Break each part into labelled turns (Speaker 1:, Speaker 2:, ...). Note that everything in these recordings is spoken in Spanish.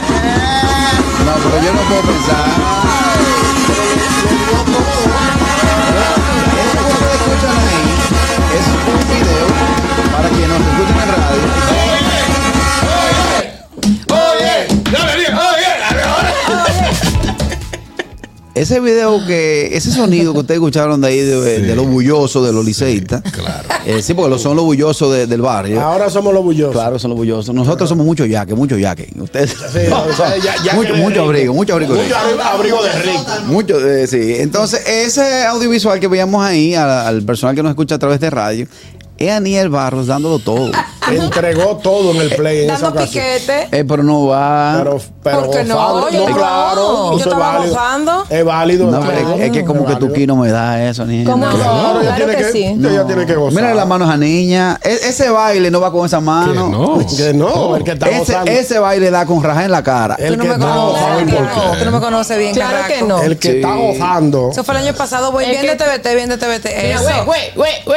Speaker 1: No, pero yo no puedo pensar. Eso que ustedes escuchan ahí es un video para quienes nos escuchan en radio. Ese video que, ese sonido que ustedes escucharon de ahí, de, de los bullosos, de los liceístas.
Speaker 2: claro.
Speaker 1: Eh, sí, porque los- son los bullosos de- del barrio.
Speaker 3: Ahora somos los bullosos.
Speaker 1: Claro, son los bullosos. Nosotros somos muchos yaque, muchos yaque. Ustedes.
Speaker 3: ustedes ya- ya
Speaker 1: mucho,
Speaker 3: que-
Speaker 1: mucho abrigo, mucho abrigo.
Speaker 3: Mucho abri- abrigo de rico.
Speaker 1: Mucho, eh, sí. Entonces, ese audiovisual que veíamos ahí, a- al personal que nos escucha a través de radio, es Aniel Barros dándolo todo.
Speaker 3: Entregó todo en el play en esa
Speaker 4: Eh, Dando
Speaker 3: ocasión.
Speaker 4: piquete.
Speaker 1: Eh, pero no va.
Speaker 3: Pero, pero
Speaker 4: ¿Por qué no?
Speaker 3: gozado-
Speaker 4: Yo estaba-
Speaker 3: claro,
Speaker 4: yo
Speaker 3: eso es
Speaker 4: estaba
Speaker 3: válido.
Speaker 4: gozando.
Speaker 3: Es válido.
Speaker 1: No, pero
Speaker 3: válido,
Speaker 1: es, es que como que
Speaker 3: válido.
Speaker 1: Tuki no me da eso, ni
Speaker 4: ¿Cómo
Speaker 1: Claro.
Speaker 4: no?
Speaker 3: Claro, ella
Speaker 4: Claro
Speaker 3: tiene
Speaker 4: que
Speaker 3: que,
Speaker 4: sí.
Speaker 3: ella tiene que gozar.
Speaker 1: Mira las manos a niña. E- ese baile no va con esa mano.
Speaker 2: no?
Speaker 3: Que no, el que está
Speaker 1: Ese,
Speaker 3: gozando.
Speaker 1: ese baile da con raja en la cara.
Speaker 3: El
Speaker 4: Tú no
Speaker 3: que
Speaker 4: me
Speaker 3: está
Speaker 4: conoces
Speaker 3: gozando.
Speaker 4: bien.
Speaker 2: ¿por qué?
Speaker 4: Tú no me conoces bien.
Speaker 5: Claro
Speaker 4: carajo.
Speaker 5: que no.
Speaker 3: El que está
Speaker 1: Sí.
Speaker 3: gozando.
Speaker 4: Eso fue el año pasado. Voy
Speaker 5: Es
Speaker 4: bien de
Speaker 5: que-
Speaker 4: TVT, bien de TVT. Eso.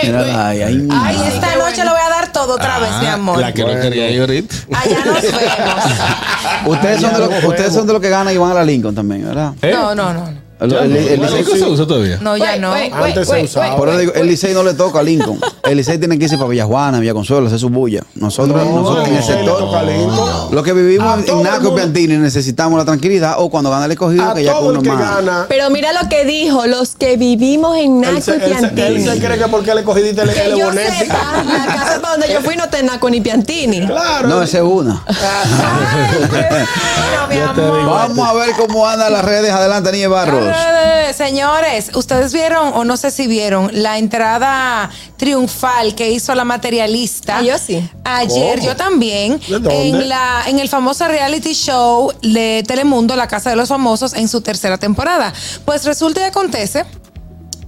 Speaker 1: Mírala ahí, ahí,
Speaker 4: Ay,
Speaker 1: mira.
Speaker 4: esta noche lo voy a dar todo otra vez, mi amor.
Speaker 2: Ah, La que no quería ir ahorita.
Speaker 4: Allá nos vemos.
Speaker 1: Ustedes, son de
Speaker 3: ya
Speaker 1: lo,
Speaker 3: no
Speaker 1: ustedes son de los que ganan y van a la Lincoln también, ¿verdad?
Speaker 2: ¿Eh?
Speaker 4: No, no, no. no.
Speaker 1: El, el- el- el
Speaker 2: ¿La
Speaker 1: Licey-
Speaker 2: Lincoln se usa todavía?
Speaker 4: No, ya no.
Speaker 3: Antes se usaba.
Speaker 1: Por eso digo, el Licey no le toca a Lincoln. El Licey tiene que irse para Villajuana, Villaconsuelo, hacer su bulla. Nosotros, nosotros en el sector.
Speaker 3: Toca lindo.
Speaker 1: Los que vivimos
Speaker 3: A
Speaker 1: en-
Speaker 3: todo
Speaker 1: en
Speaker 3: el
Speaker 1: Naco y
Speaker 3: mundo.
Speaker 1: Piantini necesitamos la tranquilidad o cuando gana el escogido,
Speaker 3: A
Speaker 1: que ya con
Speaker 3: todo
Speaker 1: uno
Speaker 3: el que
Speaker 1: más.
Speaker 3: gana.
Speaker 5: Pero mira lo que dijo, los que vivimos en
Speaker 3: Él
Speaker 5: Naco
Speaker 3: se,
Speaker 5: y
Speaker 3: él, se, él se
Speaker 5: Piantini.
Speaker 3: cree que porque le cogiste el,
Speaker 5: Que
Speaker 3: el
Speaker 5: yo
Speaker 3: bonete.
Speaker 5: sepa, la casa donde yo fui no está en Naco ni Piantini.
Speaker 3: Claro.
Speaker 1: No, esa es una.
Speaker 4: Ay, qué bueno, mi
Speaker 3: Ya te
Speaker 4: amor.
Speaker 3: digo.
Speaker 1: Vamos a ver cómo andan las redes. Adelante, Niña Barros.
Speaker 4: Eh, Señores, ustedes vieron o no sé si vieron la entrada triunfal que hizo la materialista.
Speaker 5: Ah, yo sí.
Speaker 4: Ayer
Speaker 3: ¿Cómo?
Speaker 4: yo también
Speaker 3: ¿De dónde?
Speaker 4: en la en el famoso reality show de Telemundo, La Casa de los Famosos en su tercera temporada. Pues resulta y acontece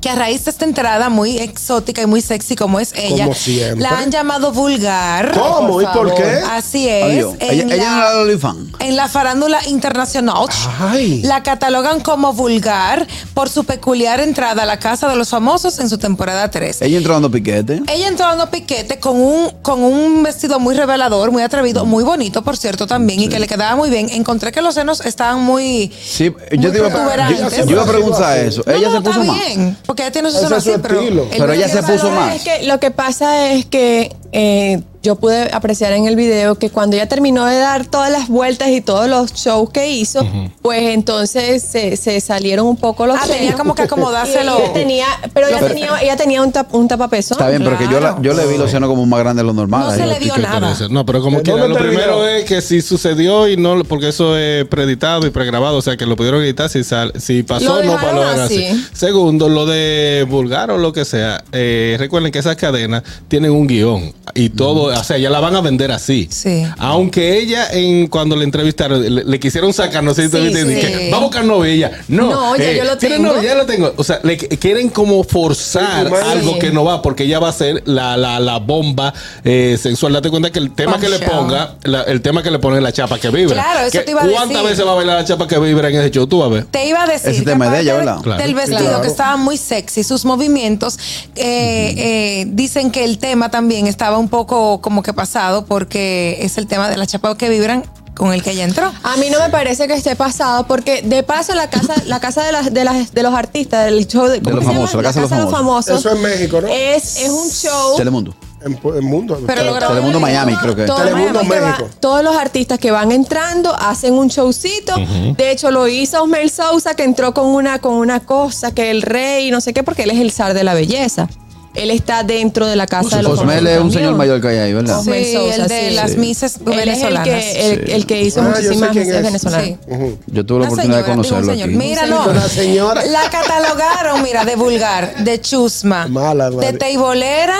Speaker 4: que a raíz de esta entrada muy exótica y muy sexy como es ella,
Speaker 3: Como siempre.
Speaker 4: la han llamado vulgar.
Speaker 3: ¿Cómo? ¿Y por qué?
Speaker 4: Así es.
Speaker 1: Adiós.
Speaker 4: en
Speaker 1: Ella, ella no era la Olifán.
Speaker 4: en la farándula internacional.
Speaker 3: Ay.
Speaker 4: La catalogan como vulgar por su peculiar entrada a la casa de los famosos en su temporada 3.
Speaker 1: Ella entró dando piquete.
Speaker 4: Ella entró dando piquete con un, con un vestido muy revelador, muy atrevido, muy bonito, por cierto, también, y que le quedaba muy bien. Encontré que los senos estaban muy.
Speaker 1: Sí,
Speaker 4: muy
Speaker 1: yo te iba, a- yo-
Speaker 4: protuberantes.
Speaker 1: yo iba a preguntar eso.
Speaker 4: No,
Speaker 1: ella
Speaker 4: no,
Speaker 1: se puso
Speaker 4: está
Speaker 1: más.
Speaker 4: bien, porque ella tiene su
Speaker 3: Ese
Speaker 4: seno
Speaker 3: es su
Speaker 4: así, pero.
Speaker 3: estilo.
Speaker 4: el
Speaker 1: Pero ella
Speaker 4: vestido
Speaker 1: se puso
Speaker 4: de-
Speaker 1: más.
Speaker 5: Es que lo que pasa es que eh, yo pude apreciar en el video que cuando ella terminó de dar todas las vueltas y todos los shows que hizo, pues entonces se, se salieron un poco los
Speaker 4: Ah, tenía
Speaker 5: senos.
Speaker 4: como que acomodárselo.
Speaker 5: Y ella tenía, pero ella tenía, ella tenía un, tap, un tapapezón.
Speaker 1: Está bien, pero que yo, la- yo le vi los senos como más grandes de lo normal.
Speaker 4: No se
Speaker 1: Ahí.
Speaker 4: le vio
Speaker 2: ¿Qué
Speaker 4: nada.
Speaker 2: interesa? No, pero como
Speaker 3: ¿De
Speaker 2: que
Speaker 3: dónde
Speaker 2: lo
Speaker 3: está el
Speaker 2: primero
Speaker 3: video?
Speaker 2: es que si sucedió y no, porque eso es preeditado y pregrabado, o sea que lo pudieron editar si sal- si pasó
Speaker 5: Lo
Speaker 2: no
Speaker 5: dejaron
Speaker 2: para así.
Speaker 5: así.
Speaker 2: Segundo, lo de vulgar o lo que sea, eh, recuerden que esas cadenas tienen un guión y todo, o sea, ya la van a vender así.
Speaker 4: Sí.
Speaker 2: Aunque ella en cuando la entrevistaron le, le quisieron sacar, no sé si te
Speaker 4: Sí,
Speaker 2: viste,
Speaker 4: sí.
Speaker 2: dije, va a buscar novia, Y ella, no, eh,
Speaker 5: No, ya yo lo
Speaker 2: tiene
Speaker 5: tengo.
Speaker 2: novia, ya lo tengo, o sea, le qu- quieren como forzar
Speaker 3: Sí, sí.
Speaker 2: algo que no va porque ella va a ser la, la, la bomba eh, sensual. Date cuenta que el tema que le
Speaker 4: Bombshell.
Speaker 2: ponga, la- el tema que le pone es la chapa que vibra.
Speaker 4: Claro, eso
Speaker 2: Que
Speaker 4: te iba a
Speaker 2: ¿Cuántas
Speaker 4: decir.
Speaker 2: veces va a bailar la chapa que vibra en ese show? Tú vas a ver.
Speaker 4: Te iba a decir
Speaker 1: Ese
Speaker 4: que
Speaker 1: tema es de
Speaker 4: aparte
Speaker 1: ella,
Speaker 4: del-
Speaker 1: ¿verdad?
Speaker 2: Claro.
Speaker 4: del vestido
Speaker 3: Claro.
Speaker 4: que estaba muy sexy, sus movimientos, eh, eh, dicen que el tema también estaba un poco como que pasado porque es el tema de las chapas que vibran con el que ella entró.
Speaker 5: A mí no me parece que esté pasado porque de paso la casa, la casa de, las, de, las, de los artistas, del show de, ¿cómo
Speaker 1: los
Speaker 5: se llama?
Speaker 1: famosos, la casa de los
Speaker 3: Eso es México, ¿no?
Speaker 5: Es, es un show.
Speaker 1: Telemundo.
Speaker 3: En, el mundo. Ah,
Speaker 4: Pero lo grabó
Speaker 1: Telemundo Miami, creo que.
Speaker 5: Todo
Speaker 3: Telemundo
Speaker 5: Miami que va-
Speaker 3: México.
Speaker 5: todos los artistas que van entrando hacen un showcito. De hecho, lo hizo Osmel Sousa, que entró con una, con una cosa, que el rey, no sé qué, porque él es el zar de la belleza. Él está dentro de la casa de los
Speaker 1: Osmel
Speaker 5: famosos
Speaker 1: es un
Speaker 5: también.
Speaker 1: señor mayor que hay ahí, ¿verdad?
Speaker 4: Sí,
Speaker 5: Osmel Sousa,
Speaker 4: el de
Speaker 5: sí.
Speaker 4: las misas
Speaker 5: Él es el
Speaker 4: venezolanas.
Speaker 5: que, el, el que hizo
Speaker 3: Ah, yo sé
Speaker 5: muchísimas
Speaker 3: quién
Speaker 5: veces
Speaker 3: es.
Speaker 5: venezolanas.
Speaker 4: Sí.
Speaker 1: Yo tuve la
Speaker 4: Una
Speaker 1: oportunidad
Speaker 4: señora,
Speaker 1: de
Speaker 4: digo, un
Speaker 1: conocerlo
Speaker 4: señor.
Speaker 1: aquí.
Speaker 4: Míralo.
Speaker 3: Una señora.
Speaker 4: La catalogaron, mira, de vulgar, de chusma,
Speaker 3: Mala,
Speaker 4: de
Speaker 3: Mari.
Speaker 4: teibolera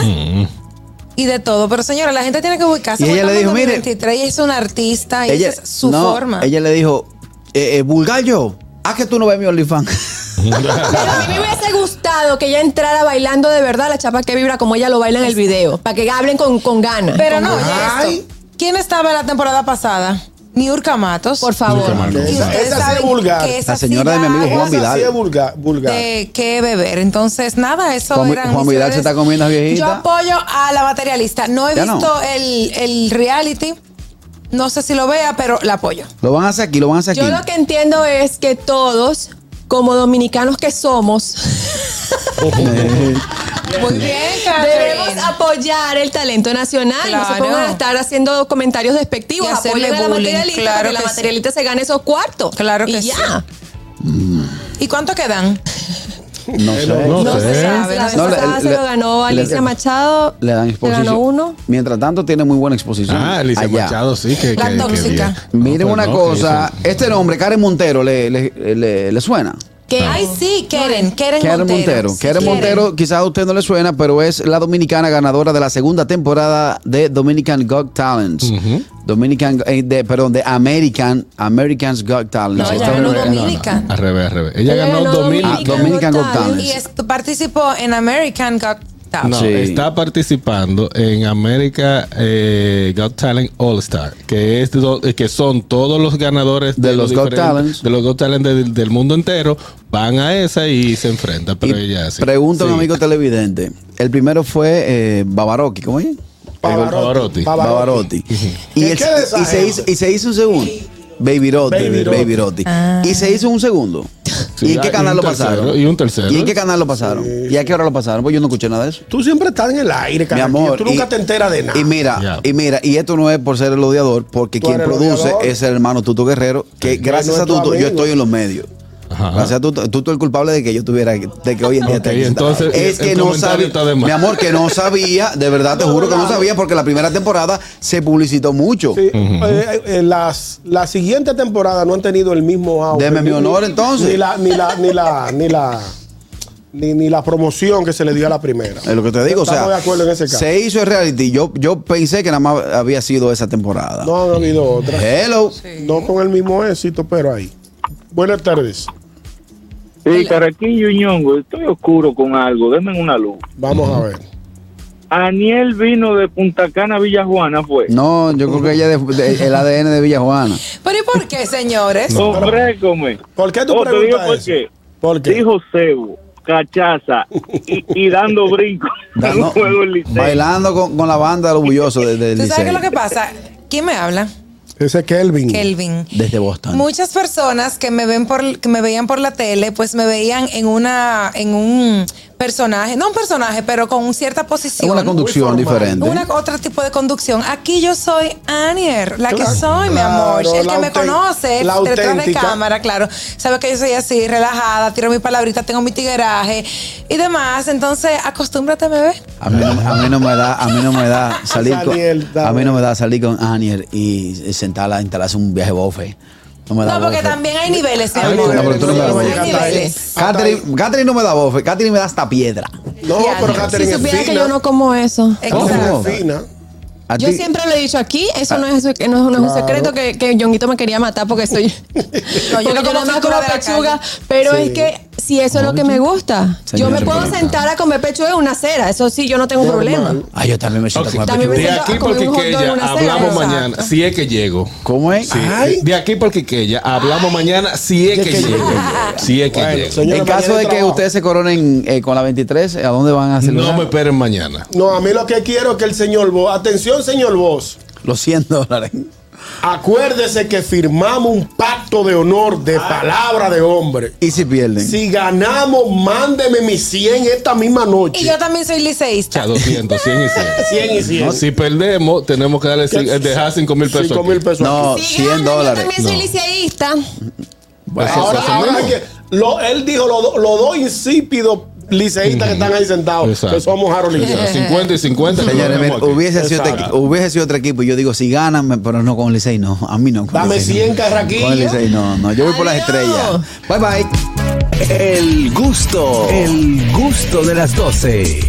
Speaker 4: y de todo. Pero señora, la gente tiene que ubicarse.
Speaker 1: Y
Speaker 4: porque
Speaker 1: ella le
Speaker 4: estamos en
Speaker 1: dijo, mire,
Speaker 4: 2023, ella es una artista y esa es su
Speaker 1: no,
Speaker 4: forma.
Speaker 1: Ella le dijo, eh, eh, vulgar yo. Ah, que tú no ves mi OnlyFans.
Speaker 5: Pero a mí me hubiese gustado que ella entrara bailando de verdad la chapa que vibra como ella lo baila en el video. Para que hablen con, con ganas.
Speaker 4: Pero
Speaker 5: Con-
Speaker 4: no, oye
Speaker 3: Ay.
Speaker 4: esto. ¿Quién estaba la temporada pasada? Niurka Matos.
Speaker 5: Por favor.
Speaker 4: Y ustedes
Speaker 3: Esa sí
Speaker 4: saben
Speaker 3: es vulgar.
Speaker 4: que esa
Speaker 1: La
Speaker 4: sí
Speaker 1: señora de mi amigo
Speaker 4: da
Speaker 1: Juan
Speaker 3: Esa
Speaker 1: Vidal.
Speaker 3: sí es vulgar. vulgar.
Speaker 4: de qué beber. Entonces, nada, eso
Speaker 1: Juan-
Speaker 4: eran
Speaker 1: Juan
Speaker 4: mis
Speaker 1: Vidal se
Speaker 4: redes.
Speaker 1: está comiendo a viejita.
Speaker 4: Yo apoyo a la materialista. No he
Speaker 1: Ya no.
Speaker 4: visto El, el reality. No sé si lo vea, pero la apoyo.
Speaker 1: Lo van a hacer aquí, lo van a hacer aquí.
Speaker 5: Yo lo que entiendo es que todos, como dominicanos que somos,
Speaker 4: Muy bien,
Speaker 5: debemos apoyar el talento nacional. No se
Speaker 4: Claro.
Speaker 5: pongan a estar haciendo comentarios despectivos.
Speaker 4: Y hacerle
Speaker 5: Apoyen a la
Speaker 4: bullying,
Speaker 5: materialista
Speaker 4: claro
Speaker 5: para que la
Speaker 4: que sí.
Speaker 5: materialista se gane esos cuartos.
Speaker 4: Claro
Speaker 5: y
Speaker 4: que
Speaker 5: ya.
Speaker 4: sí. ¿Y cuánto quedan?
Speaker 1: No sé.
Speaker 2: no
Speaker 5: No
Speaker 2: sé.
Speaker 5: se sabe. La vez
Speaker 1: No, le-
Speaker 5: pasada se
Speaker 1: le-
Speaker 5: lo ganó
Speaker 1: le-
Speaker 5: Alicia Machado.
Speaker 1: Le dan exposición.
Speaker 5: ganó uno.
Speaker 1: Mientras tanto, tiene muy buena exposición.
Speaker 2: Ah, Alicia
Speaker 1: allá.
Speaker 2: Machado, sí. Que,
Speaker 4: La
Speaker 2: que- que
Speaker 4: tóxica.
Speaker 2: bien.
Speaker 1: Miren
Speaker 2: No,
Speaker 1: una
Speaker 2: pues no,
Speaker 1: cosa.
Speaker 2: que eso-
Speaker 1: Este nombre, Karen Montero, ¿le, le, le- le suena?
Speaker 4: Que Ay, sí, Keren, Keren,
Speaker 1: Karen Montero.
Speaker 4: Sí,
Speaker 1: Karen Montero, quizás a usted no le suena, pero es la dominicana ganadora de la segunda temporada de Dominican Got Talents. Dominican, eh, de, perdón, de American, Americans Got Talents.
Speaker 4: No,
Speaker 1: Esta
Speaker 4: ella
Speaker 1: es
Speaker 4: ganó
Speaker 1: una-
Speaker 4: Dominica.
Speaker 2: Al revés, al revés. Ella
Speaker 5: Ella
Speaker 2: ganó
Speaker 5: ganó
Speaker 2: 2000.
Speaker 1: Ah, Dominican Got Talent.
Speaker 4: Y esto- participó en American Got Talent.
Speaker 2: No,
Speaker 1: Sí.
Speaker 2: está participando en América eh, Got Talent All Star, que es do- eh, que son todos los ganadores
Speaker 1: De los Got
Speaker 2: diferentes-
Speaker 1: Talents.
Speaker 2: de los Got Talent de- del mundo entero, van a esa y se enfrentan. Pero
Speaker 1: Y
Speaker 2: ella sí.
Speaker 1: Pregunta a
Speaker 2: Sí.
Speaker 1: un amigo televidente. El primero fue eh, Bavarotti, ¿cómo es?
Speaker 2: Pavarotti.
Speaker 1: Bavarotti. Y,
Speaker 3: ¿Qué-
Speaker 1: el-
Speaker 3: qué
Speaker 1: y
Speaker 3: desagüe?
Speaker 1: se hizo, y se hizo un segundo. Baby Rotti,
Speaker 3: Baby
Speaker 1: Baby,
Speaker 3: Rotti.
Speaker 1: Rotti. Y se hizo un segundo.
Speaker 2: Ah. Sí, Ah,
Speaker 1: ¿Y en
Speaker 2: y
Speaker 1: qué
Speaker 2: un
Speaker 1: canal lo
Speaker 2: tercero,
Speaker 1: pasaron?
Speaker 2: y un tercero.
Speaker 1: ¿Y en qué canal lo pasaron? ¿Y a qué hora lo pasaron? Pues yo no escuché nada de eso.
Speaker 3: Tú siempre estás en el aire,
Speaker 1: Mi
Speaker 3: cara.
Speaker 1: amor.
Speaker 3: Tú nunca
Speaker 1: y-
Speaker 3: te enteras de nada.
Speaker 1: Y mira,
Speaker 2: Ya.
Speaker 1: y mira, y esto no es por ser el odiador, porque
Speaker 3: Tú
Speaker 1: quien
Speaker 3: eres el
Speaker 1: produce
Speaker 3: odiador.
Speaker 1: es el hermano Tuto Guerrero, que gracias
Speaker 3: no
Speaker 1: a
Speaker 3: es tu
Speaker 1: Tuto yo
Speaker 3: amigo.
Speaker 1: estoy en los medios.
Speaker 2: Ajá.
Speaker 1: Gracias a Tuto, Tuto es el culpable de que yo tuviera, de que hoy en día
Speaker 2: Ok,
Speaker 1: esté aquí sentado.
Speaker 2: entonces,
Speaker 1: es
Speaker 2: el
Speaker 1: que no
Speaker 2: comentario
Speaker 1: sabía,
Speaker 2: está de más.
Speaker 1: mi amor, que no sabía, de verdad te juro que no sabía, porque la primera temporada se publicitó mucho.
Speaker 3: Sí, eh, eh, las, la siguiente temporada no han tenido el mismo auge.
Speaker 1: Deme mi
Speaker 3: Ni-
Speaker 1: honor,
Speaker 3: ni-
Speaker 1: entonces.
Speaker 3: Ni la, ni la, ni la, ni la, ni, ni la promoción que se le dio a la primera.
Speaker 1: Es lo que te digo, o sea,
Speaker 3: Estamos de acuerdo en ese caso.
Speaker 1: se hizo el reality. Yo, yo pensé que nada más había sido esa temporada.
Speaker 3: No han habido otra.
Speaker 1: Hello.
Speaker 3: No con el mismo éxito, pero ahí. Buenas tardes.
Speaker 6: Sí, Caraquillo y Ñongo, estoy oscuro con algo, denme una luz.
Speaker 3: Vamos a ver.
Speaker 6: Aniel vino de Punta Cana, Villajuana, fue.
Speaker 1: No, yo creo que ella es de- de- el ADN de Villajuana.
Speaker 4: Pero ¿y por qué, señores?
Speaker 6: Hombre, come.
Speaker 3: ¿Por qué tú
Speaker 6: Oh, te digo
Speaker 3: preguntas
Speaker 6: por
Speaker 3: eso?
Speaker 6: qué.
Speaker 3: ¿Por qué?
Speaker 6: Dijo cebo, cachaza y, y dando brincos en un
Speaker 1: Dando-
Speaker 6: juego en Licey.
Speaker 1: mm, bailando con, con la banda los bullosos de, del
Speaker 4: ¿Tú sabes qué es
Speaker 1: Licey,
Speaker 4: lo que pasa? ¿Quién me habla?
Speaker 3: Ese Kelvin.
Speaker 4: Kelvin.
Speaker 1: desde Boston.
Speaker 4: Muchas personas que me ven por que me veían por la tele, pues me veían en una en un personaje, no un personaje, pero con cierta
Speaker 1: es
Speaker 4: posición.
Speaker 1: una conducción
Speaker 3: muy formal.
Speaker 1: diferente.
Speaker 4: Una- otro tipo de conducción. Aquí yo soy Anier, la que
Speaker 3: Claro,
Speaker 4: soy, mi amor.
Speaker 3: claro,
Speaker 4: El
Speaker 3: la
Speaker 4: que me
Speaker 3: autént-
Speaker 4: conoce
Speaker 3: la
Speaker 4: detrás de
Speaker 3: auténtica.
Speaker 4: cámara, claro. Sabe que yo soy así, relajada, tiro mi palabrita, tengo mi tigueraje y demás. Entonces, acostúmbrate, bebé.
Speaker 1: A mí, no, a mí no me da, a mí no me da salir con,
Speaker 3: Daniel, dame.
Speaker 1: a mí no me da salir con Aniel y sentarla, entablarse un viaje bofe. No me da.
Speaker 4: No, porque
Speaker 1: bofe.
Speaker 4: también hay niveles, mi
Speaker 3: Hay
Speaker 4: amor.
Speaker 1: No, pero tú no me das
Speaker 3: Hay
Speaker 1: bofe.
Speaker 4: niveles.
Speaker 1: Catherine, Catherine no me da bofe, Catherine me da hasta piedra.
Speaker 3: No,
Speaker 4: Ya,
Speaker 3: pero
Speaker 4: no.
Speaker 3: Catherine
Speaker 5: Si
Speaker 3: es
Speaker 5: supieran que
Speaker 3: fina.
Speaker 5: yo no como eso.
Speaker 4: Exacto.
Speaker 1: ¿Cómo?
Speaker 3: Catherine es fina.
Speaker 1: A
Speaker 5: Yo
Speaker 1: ti-
Speaker 5: siempre lo he dicho aquí,
Speaker 4: Ah.
Speaker 5: eso no es, no es- no es un secreto que, que Yonguito me quería matar porque soy.
Speaker 4: No, yo
Speaker 5: porque
Speaker 4: no como
Speaker 5: nada más
Speaker 4: fritura
Speaker 5: como
Speaker 4: de la
Speaker 5: pechuga.
Speaker 4: calle.
Speaker 5: Pero es que si eso es lo que me gusta, yo
Speaker 1: Señora,
Speaker 5: me puedo
Speaker 1: señora.
Speaker 5: sentar a comer pechuga en una cera. Eso sí, yo no tengo problema.
Speaker 1: Ah, yo también me siento
Speaker 2: Ok,
Speaker 1: con la
Speaker 5: También me
Speaker 2: De
Speaker 1: pechuga.
Speaker 5: siento
Speaker 2: aquí
Speaker 5: a comer
Speaker 2: porque
Speaker 5: un hot
Speaker 2: que
Speaker 5: dog en
Speaker 2: ella
Speaker 5: una cena,
Speaker 2: hablamos
Speaker 5: exacto.
Speaker 2: mañana, si es que llego.
Speaker 1: ¿Cómo es? Ah,
Speaker 2: Sí,
Speaker 3: Ay.
Speaker 2: De aquí porque que ella hablamos mañana, si es que,
Speaker 3: que
Speaker 2: llego. Si es que
Speaker 3: Bueno,
Speaker 2: llego.
Speaker 3: señora,
Speaker 1: En caso
Speaker 3: mañana
Speaker 1: de que
Speaker 3: trabajo.
Speaker 1: ustedes se coronen eh, con la 23, ¿a dónde van a celebrar?
Speaker 2: No me esperen mañana.
Speaker 3: No, a mí lo que quiero es que el señor Vos, atención señor Vos,
Speaker 1: Los 100 dólares.
Speaker 3: acuérdese que firmamos un pacto de honor de palabra de hombre.
Speaker 1: ¿Y si pierden?
Speaker 3: Si ganamos, mándeme mis 100 esta misma noche.
Speaker 4: Y yo también soy
Speaker 2: O
Speaker 4: liceísta.
Speaker 2: sea, 200, 100 y 100.
Speaker 3: 100 y 100.
Speaker 2: No, si perdemos, tenemos que darle cin- eh, dejar 5 mil pesos.
Speaker 3: 5 mil
Speaker 2: aquí.
Speaker 3: pesos.
Speaker 1: No,
Speaker 5: Si
Speaker 1: 100
Speaker 5: ganan,
Speaker 1: dólares.
Speaker 5: Yo también soy
Speaker 2: No.
Speaker 5: liceísta.
Speaker 2: Pues eso
Speaker 3: Ahora,
Speaker 2: es
Speaker 3: ahora
Speaker 2: menos.
Speaker 3: hay que- lo- él dijo los do- los dos insípidos liceístas que están ahí sentados,
Speaker 2: Exacto.
Speaker 3: que
Speaker 2: O
Speaker 3: somos
Speaker 2: sea,
Speaker 3: harolistas.
Speaker 2: 50 y 50.
Speaker 1: Señores,
Speaker 2: lo
Speaker 1: mira,
Speaker 2: tenemos aquí.
Speaker 1: hubiese, sido otro,
Speaker 3: Exacto.
Speaker 1: equi- hubiese sido otro equipo. y Yo digo, si ganan, me- pero no con el Licey, no. A mí no. Con el
Speaker 3: Dame
Speaker 1: Licey,
Speaker 3: 100
Speaker 1: no.
Speaker 3: carraquillos.
Speaker 1: Con el Licey, no, no. Yo voy por las estrellas. Bye, bye.
Speaker 7: El gusto, el gusto de las 12.